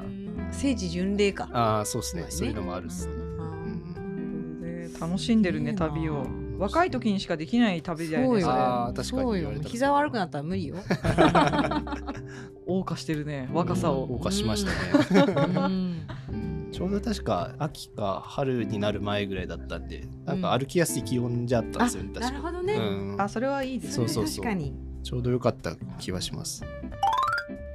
Speaker 3: 聖地巡礼か。
Speaker 4: ああそうですね
Speaker 3: つ
Speaker 4: そ
Speaker 3: ま
Speaker 4: うい
Speaker 3: りね
Speaker 4: うのもあるっすね、
Speaker 2: う
Speaker 4: うん
Speaker 2: んで楽しんでるね
Speaker 3: すげえな
Speaker 2: 旅を若い時にしかできない旅だよ
Speaker 3: そう
Speaker 2: ね
Speaker 3: よ。
Speaker 2: それ
Speaker 4: あー確かに
Speaker 3: そう
Speaker 4: 言われ
Speaker 3: よ
Speaker 4: たらそうだ
Speaker 3: 膝悪くなったら無理 よ。
Speaker 2: 謳歌してるね若さを
Speaker 4: 謳歌しましたね、
Speaker 3: うん
Speaker 4: うんちょうど確か秋か春になる前ぐらいだったんでなんか歩きやすい気温じゃったんですよね、
Speaker 3: な
Speaker 4: 確
Speaker 3: る
Speaker 4: か
Speaker 3: ほど
Speaker 4: う
Speaker 3: ね。
Speaker 4: ん
Speaker 2: あそれはいいです
Speaker 4: そう
Speaker 2: ね
Speaker 4: そう
Speaker 3: 確かに。
Speaker 4: ちょうど良かった気はします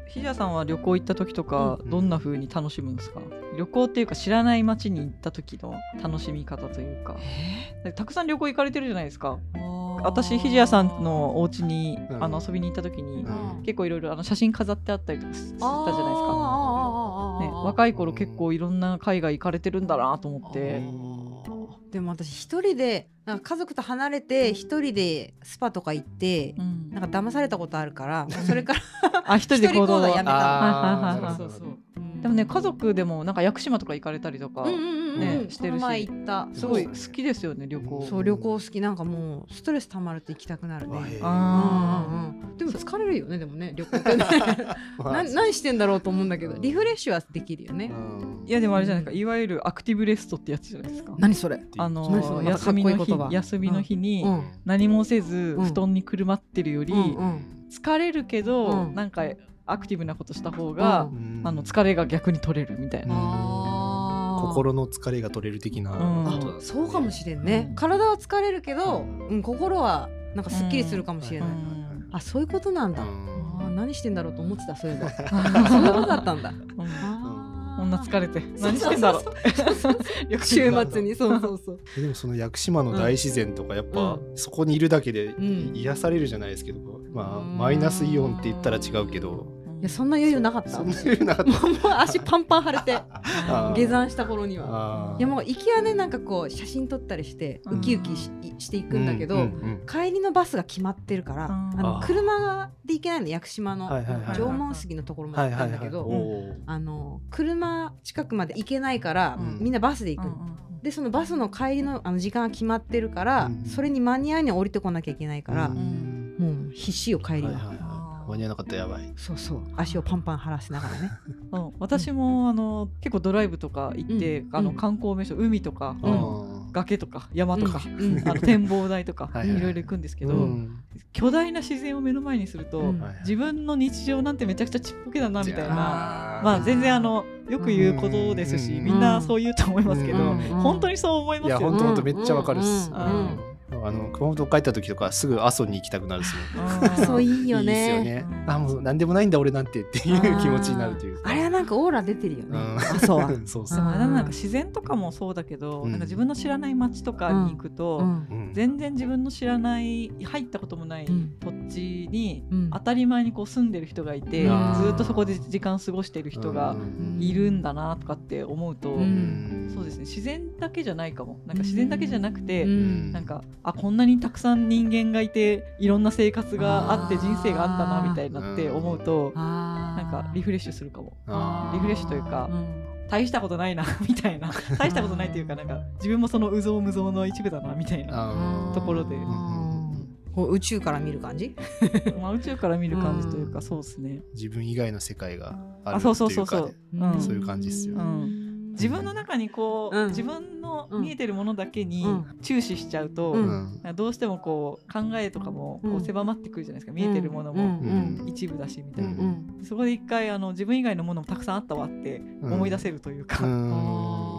Speaker 2: ひじゃさんは旅行行った時とか
Speaker 4: うん
Speaker 2: どんな風に楽しむんですか、旅行っていうか知らない街に行った時の楽しみ方というかたくさん旅行行かれてるじゃないですか私ひじやさんのお家に、
Speaker 4: うん
Speaker 2: あの遊びに行った時に、
Speaker 4: うん
Speaker 2: 結構いろいろあの写真飾ってあったりとかしてたじゃないですか、
Speaker 3: か
Speaker 2: ね、若い頃
Speaker 4: うん
Speaker 2: 結構いろんな海外行かれてるんだなと思って
Speaker 3: でも私一人でなんか家族と離れて一人でスパとか行って
Speaker 2: う。ん
Speaker 3: なんか騙されたことあるから、もうそれから
Speaker 2: あ一人で行動
Speaker 3: 一人行動はやめた
Speaker 2: はいはいはいは
Speaker 4: ー
Speaker 2: い
Speaker 4: なるほど
Speaker 3: うん
Speaker 2: でもね家族でもなんか屋久島とか行かれたりとか、
Speaker 3: うんうんうんうん
Speaker 2: ねし
Speaker 3: こ
Speaker 2: てる
Speaker 3: の
Speaker 2: し
Speaker 3: 前行った
Speaker 2: すごい好きですよね旅行
Speaker 3: そう旅行好きなんかもうストレス溜まると行きたくなる
Speaker 4: わ
Speaker 3: ね
Speaker 4: へえ
Speaker 3: うん
Speaker 2: あ
Speaker 3: うんうんでも疲れるよねでもね旅行ってね
Speaker 4: まあ
Speaker 3: な何してんだろうと思うんだけどリフレッシュはできるよね
Speaker 4: うん
Speaker 2: ーいやでもあれじゃないですかいわゆるアクティブレストってやつじゃないですか
Speaker 3: 何それ
Speaker 2: あの
Speaker 3: 何そ
Speaker 2: ー
Speaker 3: の
Speaker 2: 休みの
Speaker 3: またかっこいい言
Speaker 2: 日
Speaker 3: 葉
Speaker 2: 休みの日に
Speaker 3: うん
Speaker 2: 何もせず
Speaker 3: うん
Speaker 2: 布団にくるまってるより
Speaker 3: うんうん
Speaker 2: 疲れるけど
Speaker 3: うん
Speaker 2: なんかアクティブなことした方が
Speaker 4: うん
Speaker 2: あの疲れが逆に取れるみたいな
Speaker 3: あー
Speaker 4: 心の疲れが取れる的な
Speaker 2: うん
Speaker 4: ことだね
Speaker 3: そうかもしれんね、
Speaker 4: うん
Speaker 3: 体は疲れるけど、
Speaker 4: うん
Speaker 3: うん、心はなんかすっきりするかもしれない、
Speaker 2: うん
Speaker 3: あそういうことなんだ、
Speaker 4: うん
Speaker 3: あー何してんだろうと思ってたそういえ ばそういうことだ
Speaker 2: こ
Speaker 3: ったんだあー
Speaker 2: んな疲れて何してんだろうよく
Speaker 3: 週末にそうそうそう
Speaker 4: でもその屋久島の大自然とかやっぱ、
Speaker 3: う
Speaker 4: そこにいるだけで
Speaker 3: ん
Speaker 4: 癒されるじゃないですけど、ま あ
Speaker 3: うん
Speaker 4: マイナスイオンって言ったら違うけど
Speaker 3: いやそんな余裕なかった
Speaker 4: そ
Speaker 3: も
Speaker 4: んなようなかっ
Speaker 3: う足パンパン腫れて
Speaker 4: あー
Speaker 3: 下山した頃には
Speaker 4: た
Speaker 3: いやもう行きはねなんかこう写真撮ったりしてウキウキししていくんだけど、
Speaker 4: ううん
Speaker 3: 帰りのバスが決まってるから、
Speaker 2: うん
Speaker 3: あの
Speaker 4: あー
Speaker 3: 車で行けないの屋久島
Speaker 4: うん
Speaker 3: の、
Speaker 4: はいはいはい
Speaker 3: 縄文杉のところまで行ったんだけど、
Speaker 4: はいはいはい
Speaker 3: あの車近くまで行けないから、
Speaker 4: うん
Speaker 3: みんなバスで行
Speaker 2: う
Speaker 3: く、
Speaker 2: んうん
Speaker 3: でそのバスの帰りのあの時間が決まってるから、
Speaker 4: うん
Speaker 3: それに間に合いに降りてこなきゃいけないから、
Speaker 4: うん
Speaker 3: もう必死よ帰りは、
Speaker 4: はいはいはい間に合わなかったらやばい
Speaker 3: そうそう足をパンパン張らせなが らね
Speaker 2: うん私もあの結構ドライブとか行って
Speaker 3: うん
Speaker 2: あの
Speaker 3: うん
Speaker 2: 観光名所海とか
Speaker 3: うん
Speaker 4: あ
Speaker 2: 崖とか山とか
Speaker 3: うんうん
Speaker 2: あ の展望台とか
Speaker 4: はいはい
Speaker 2: いろいろ行くんですけ
Speaker 4: ー
Speaker 2: ど、
Speaker 4: うん
Speaker 2: 巨大な自然を目の前にすると、
Speaker 3: うん
Speaker 4: はいはい
Speaker 2: 自分の日常なんてめちゃくちゃちっぽけだなみたい
Speaker 4: じ
Speaker 2: な
Speaker 4: ゃあ
Speaker 2: まあ全然あのよく言うことですし、
Speaker 4: うん
Speaker 2: みんなそう言うと思いますけど、
Speaker 4: うん
Speaker 2: 本当にそう思いま
Speaker 4: い
Speaker 2: す
Speaker 4: や
Speaker 2: よ
Speaker 4: 本
Speaker 2: ね。
Speaker 4: 当本当めっちゃわかるっす、
Speaker 3: うん
Speaker 4: うんあの熊本帰った時とかすぐ阿蘇に行きたくなるっすもん
Speaker 2: うん
Speaker 3: そういいよね
Speaker 4: いいですよね。あもう何でもないんだ俺なんてっていう
Speaker 3: あー
Speaker 4: 気持ちになるというか。
Speaker 3: あれはなんかオーラ出てるよ
Speaker 4: う
Speaker 3: ね、
Speaker 4: ん。
Speaker 3: あそうは
Speaker 4: そう
Speaker 2: で
Speaker 4: そう。
Speaker 2: もあれだななんか自然とかもそうだけど、
Speaker 4: うん
Speaker 2: なんか自分の知らない町とかに行くと、
Speaker 3: うん
Speaker 4: うん
Speaker 2: 全然自分の知らない入ったこともない
Speaker 3: うん
Speaker 2: 土地に
Speaker 3: うん
Speaker 2: 当たり前にこう住んでる人がいて、
Speaker 4: うん
Speaker 2: ずっとそこで時間過ごしてる人が
Speaker 4: うん
Speaker 2: いるんだなとかって思うと、
Speaker 3: うん
Speaker 2: そうですね自然だけじゃないかもなんか自然だけじゃなくて、
Speaker 3: う
Speaker 4: うん
Speaker 2: なんかあこんなにたくさん人間がいていろんな生活があって
Speaker 3: あー
Speaker 2: 人生があったなみたいなって思うと
Speaker 3: あー
Speaker 2: なんかリフレッシュするかも
Speaker 4: あ
Speaker 2: リフレッシュというか
Speaker 3: ん
Speaker 2: 大したことないな みたいな大したことないというかなんか自分もその有象無象の一部だなみたい
Speaker 4: ー
Speaker 2: な、
Speaker 4: あ
Speaker 2: ところで
Speaker 4: ーうんうんうん
Speaker 3: こう宇宙から見る感じ
Speaker 2: まあ、宇宙から見る感じというかそうですね
Speaker 4: 自分以外の世界があ
Speaker 2: あ
Speaker 4: る
Speaker 2: そう
Speaker 4: と
Speaker 2: そう
Speaker 4: い
Speaker 2: そううそ
Speaker 4: か
Speaker 2: う。うん
Speaker 4: そういう感じっすよ
Speaker 2: ね自分の中にこう、
Speaker 3: うん
Speaker 2: 自分の
Speaker 3: うん
Speaker 2: 見えてるものだけに
Speaker 3: うん
Speaker 2: 注視しちゃうと、
Speaker 3: う
Speaker 4: うんん
Speaker 2: なんかどうしてもこう考えとかもこ
Speaker 3: う
Speaker 2: うん狭まってくるじゃないですか、見えてるもの
Speaker 3: うん
Speaker 2: も
Speaker 3: うん
Speaker 2: 一部だしみた
Speaker 3: う
Speaker 2: い
Speaker 3: ん
Speaker 2: な、
Speaker 3: うん
Speaker 2: そこで一回あの自分以外のものもたくさんあったわって
Speaker 4: うん
Speaker 2: 思い出せるというか、
Speaker 4: うん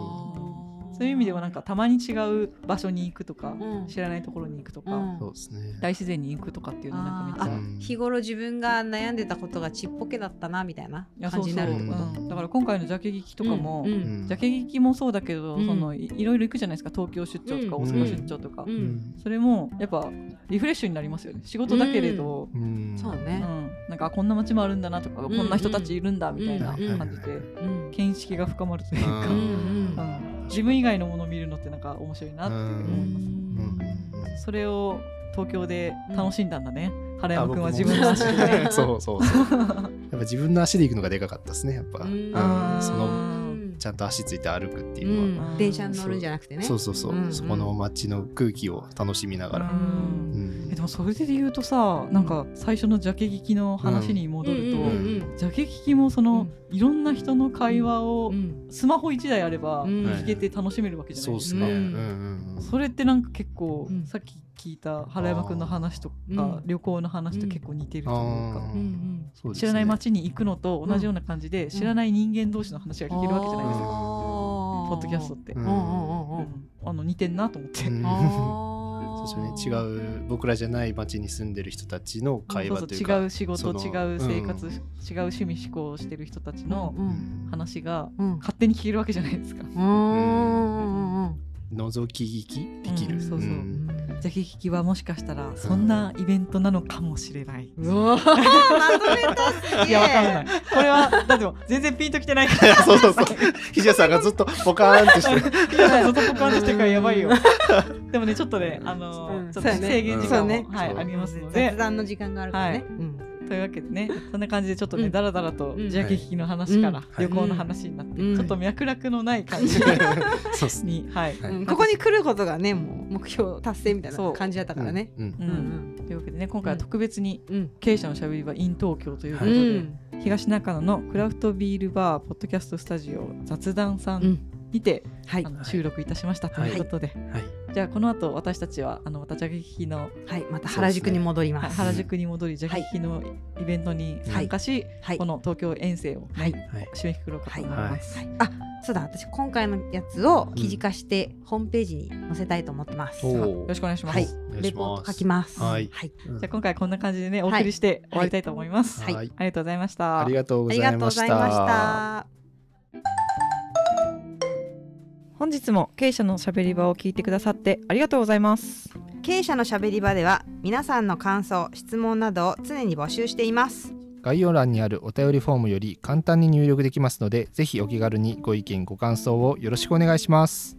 Speaker 2: そういう意味ではなんかたまに違う場所に行くとか、
Speaker 3: うん
Speaker 2: 知らないところに行くとか、
Speaker 3: うん
Speaker 4: そうですね。
Speaker 2: 大自然に行くとかっていうのなんか
Speaker 3: あ
Speaker 2: めっ
Speaker 4: うん
Speaker 3: 日頃自分が悩んでたことがちっぽけだったなみたいな
Speaker 2: ちゃ
Speaker 3: 感じになるってこ
Speaker 4: こと
Speaker 2: そうそううんだから今回のジャケ劇とかも、
Speaker 3: うん
Speaker 4: うん
Speaker 2: ジャケ劇もそうだけど、
Speaker 3: うん
Speaker 2: そのいいろいろ行くじゃないですか東京出張とか
Speaker 3: うん
Speaker 2: 大阪出張とか、
Speaker 3: うん
Speaker 4: うん
Speaker 2: それもやっぱリフレッシュになりますよね仕事だけれど、
Speaker 4: うん
Speaker 3: そう
Speaker 2: うん
Speaker 3: ね、
Speaker 2: なんかあこんな街もあるんだなとか、
Speaker 3: ん
Speaker 2: こんな人たちいるんだみたいな
Speaker 3: うん
Speaker 2: 感じで、
Speaker 3: うん
Speaker 2: 見識が深まるというか、
Speaker 3: う
Speaker 4: うん
Speaker 3: ん
Speaker 2: うん自分以外のものを見るのってなんか面白いなって思います、
Speaker 4: うん
Speaker 2: それを東京で楽しんだんだね、原
Speaker 4: あ僕
Speaker 2: 山君
Speaker 4: も
Speaker 2: は自分の足でね
Speaker 4: そうそうそう。やっぱ自分の足で行くのがでかかったですね。やっ ぱ。
Speaker 3: うん
Speaker 4: うんそ
Speaker 3: う
Speaker 4: の
Speaker 3: ん
Speaker 4: ちゃんと足ついて歩くって
Speaker 3: う
Speaker 4: いうのは。
Speaker 2: は
Speaker 3: ん電車に乗るんじゃなくてね
Speaker 4: そうそうそう、
Speaker 3: うんうん
Speaker 4: そこの街の空気を楽しみながら、
Speaker 2: うん
Speaker 4: うん
Speaker 2: えでもそれで言うとさなんか最初のジャケ聞きの話に戻ると、
Speaker 3: うんうん
Speaker 2: ジャケ聞きもその、いろんな人の会話を
Speaker 3: うんうん
Speaker 2: スマホ1台あれば
Speaker 3: うん
Speaker 2: 聞けて楽しめるわけじゃな
Speaker 4: そ
Speaker 2: いうで
Speaker 4: ですすね、
Speaker 2: か、
Speaker 4: う
Speaker 3: うんん
Speaker 4: うんうん、
Speaker 2: それってなんか結構、
Speaker 3: うん
Speaker 2: さっき聞いた原山君の話とか、
Speaker 3: うん
Speaker 2: 旅行の話と結構似てるというか、
Speaker 4: あー
Speaker 3: うんうん
Speaker 4: そうです
Speaker 2: 知
Speaker 4: ね
Speaker 2: らない街に行くのと同じような感じで、知らない人間同士の話が聞けるわけじゃないですか、
Speaker 4: か
Speaker 3: あー
Speaker 2: ポッドキャストって、
Speaker 4: う
Speaker 3: うんんうんうんう
Speaker 2: う
Speaker 3: ん
Speaker 2: んあの似てんなと思って、
Speaker 4: うん
Speaker 3: あー
Speaker 4: そうですよね違う僕らじゃない街に住んでる人たちの会
Speaker 2: そう
Speaker 4: 話
Speaker 2: そう
Speaker 4: というか
Speaker 2: 違う仕事
Speaker 4: その
Speaker 2: 違う生活、
Speaker 4: う
Speaker 2: 違う趣味思考をしてる人たちの
Speaker 3: う
Speaker 4: うんん
Speaker 2: 話が
Speaker 3: うん
Speaker 2: 勝手に聞けるわけじゃないですか。
Speaker 3: うんうん
Speaker 4: 覗き聞きできる、
Speaker 2: うんそうそうんジャケ聞きはもしかしたらそんなイベントなのかもしれない。
Speaker 3: うわーまとめたすげえ
Speaker 2: いやわかんない。これはだってもう全然ピンときてないか
Speaker 4: いや
Speaker 2: ら。
Speaker 4: そうそうそうひじやさんがずっとポカーンってして
Speaker 2: いやずっとポカンとしてるからやばいよ。でもねちょっとねあのー
Speaker 3: うん
Speaker 2: ちょっと
Speaker 3: そうやね
Speaker 2: 制限時間も、
Speaker 3: うんそう
Speaker 2: はい
Speaker 4: そう
Speaker 2: ありますの
Speaker 3: 雑
Speaker 2: で
Speaker 3: 談の時間があるからね、
Speaker 2: はい
Speaker 3: うん
Speaker 2: というわけでねそんな感じでちょっと
Speaker 3: う
Speaker 2: ね、
Speaker 3: ん
Speaker 2: だらだらと
Speaker 3: うん
Speaker 2: ジャケ聞きの話から
Speaker 4: い
Speaker 2: 旅行の話になって、
Speaker 3: うん
Speaker 2: ちょっと脈絡のない感 じ
Speaker 4: そうっすね。
Speaker 2: に、はい、
Speaker 4: はい
Speaker 3: うんここに来ることがねもう目標達成みたいな感じだったからね。
Speaker 4: うん。うん
Speaker 2: う
Speaker 3: うん
Speaker 2: というわけでね今回は特別に
Speaker 3: うん
Speaker 2: 経営者のしゃべり場 in 東京というこ
Speaker 3: う
Speaker 2: とで、
Speaker 3: ん
Speaker 2: 東中野のクラフトビールバーポッドキャストスタジオ雑談さ
Speaker 3: うんん
Speaker 2: にて、
Speaker 3: はい
Speaker 2: あの収録いたしましたということで、
Speaker 4: はい
Speaker 2: じゃあこの後私たちはあのまたジャケ聞きの
Speaker 3: はいまた原宿に戻り
Speaker 2: は
Speaker 3: ま
Speaker 2: い
Speaker 3: す。
Speaker 2: 原宿に戻りジャケ聞きのイベントに参加し、
Speaker 3: はい
Speaker 2: この東京遠征を
Speaker 3: はい
Speaker 4: はい。
Speaker 2: 締めくくろうかと思います。
Speaker 3: はいあそうだ私今回のやつを記事化してホームページに載せたいと思ってます。
Speaker 4: おー
Speaker 2: よろしくお願いします。
Speaker 3: はい
Speaker 6: お願い
Speaker 3: レ
Speaker 6: し
Speaker 3: ポ
Speaker 6: ま
Speaker 3: ート
Speaker 6: す
Speaker 3: 書きます。
Speaker 6: はい
Speaker 3: はい、
Speaker 2: じゃあ今回こんな感じでねお送りして終わりたいと思います。
Speaker 3: はい
Speaker 2: ありがとうございました。
Speaker 4: ありがとうご
Speaker 3: あ
Speaker 4: ざ
Speaker 3: りが
Speaker 4: い
Speaker 3: とうご
Speaker 4: まし
Speaker 3: ざいました
Speaker 4: た。。
Speaker 2: 本日も経営者のしゃべり場を聞いてくださってありがとうございます。
Speaker 3: 経営者のしゃべり場では皆さんの感想質問などを常に募集しています
Speaker 4: 概要欄にあるお便りフォームより簡単に入力できますので、ぜひお気軽にご意見、ご感想をよろしくお願いします。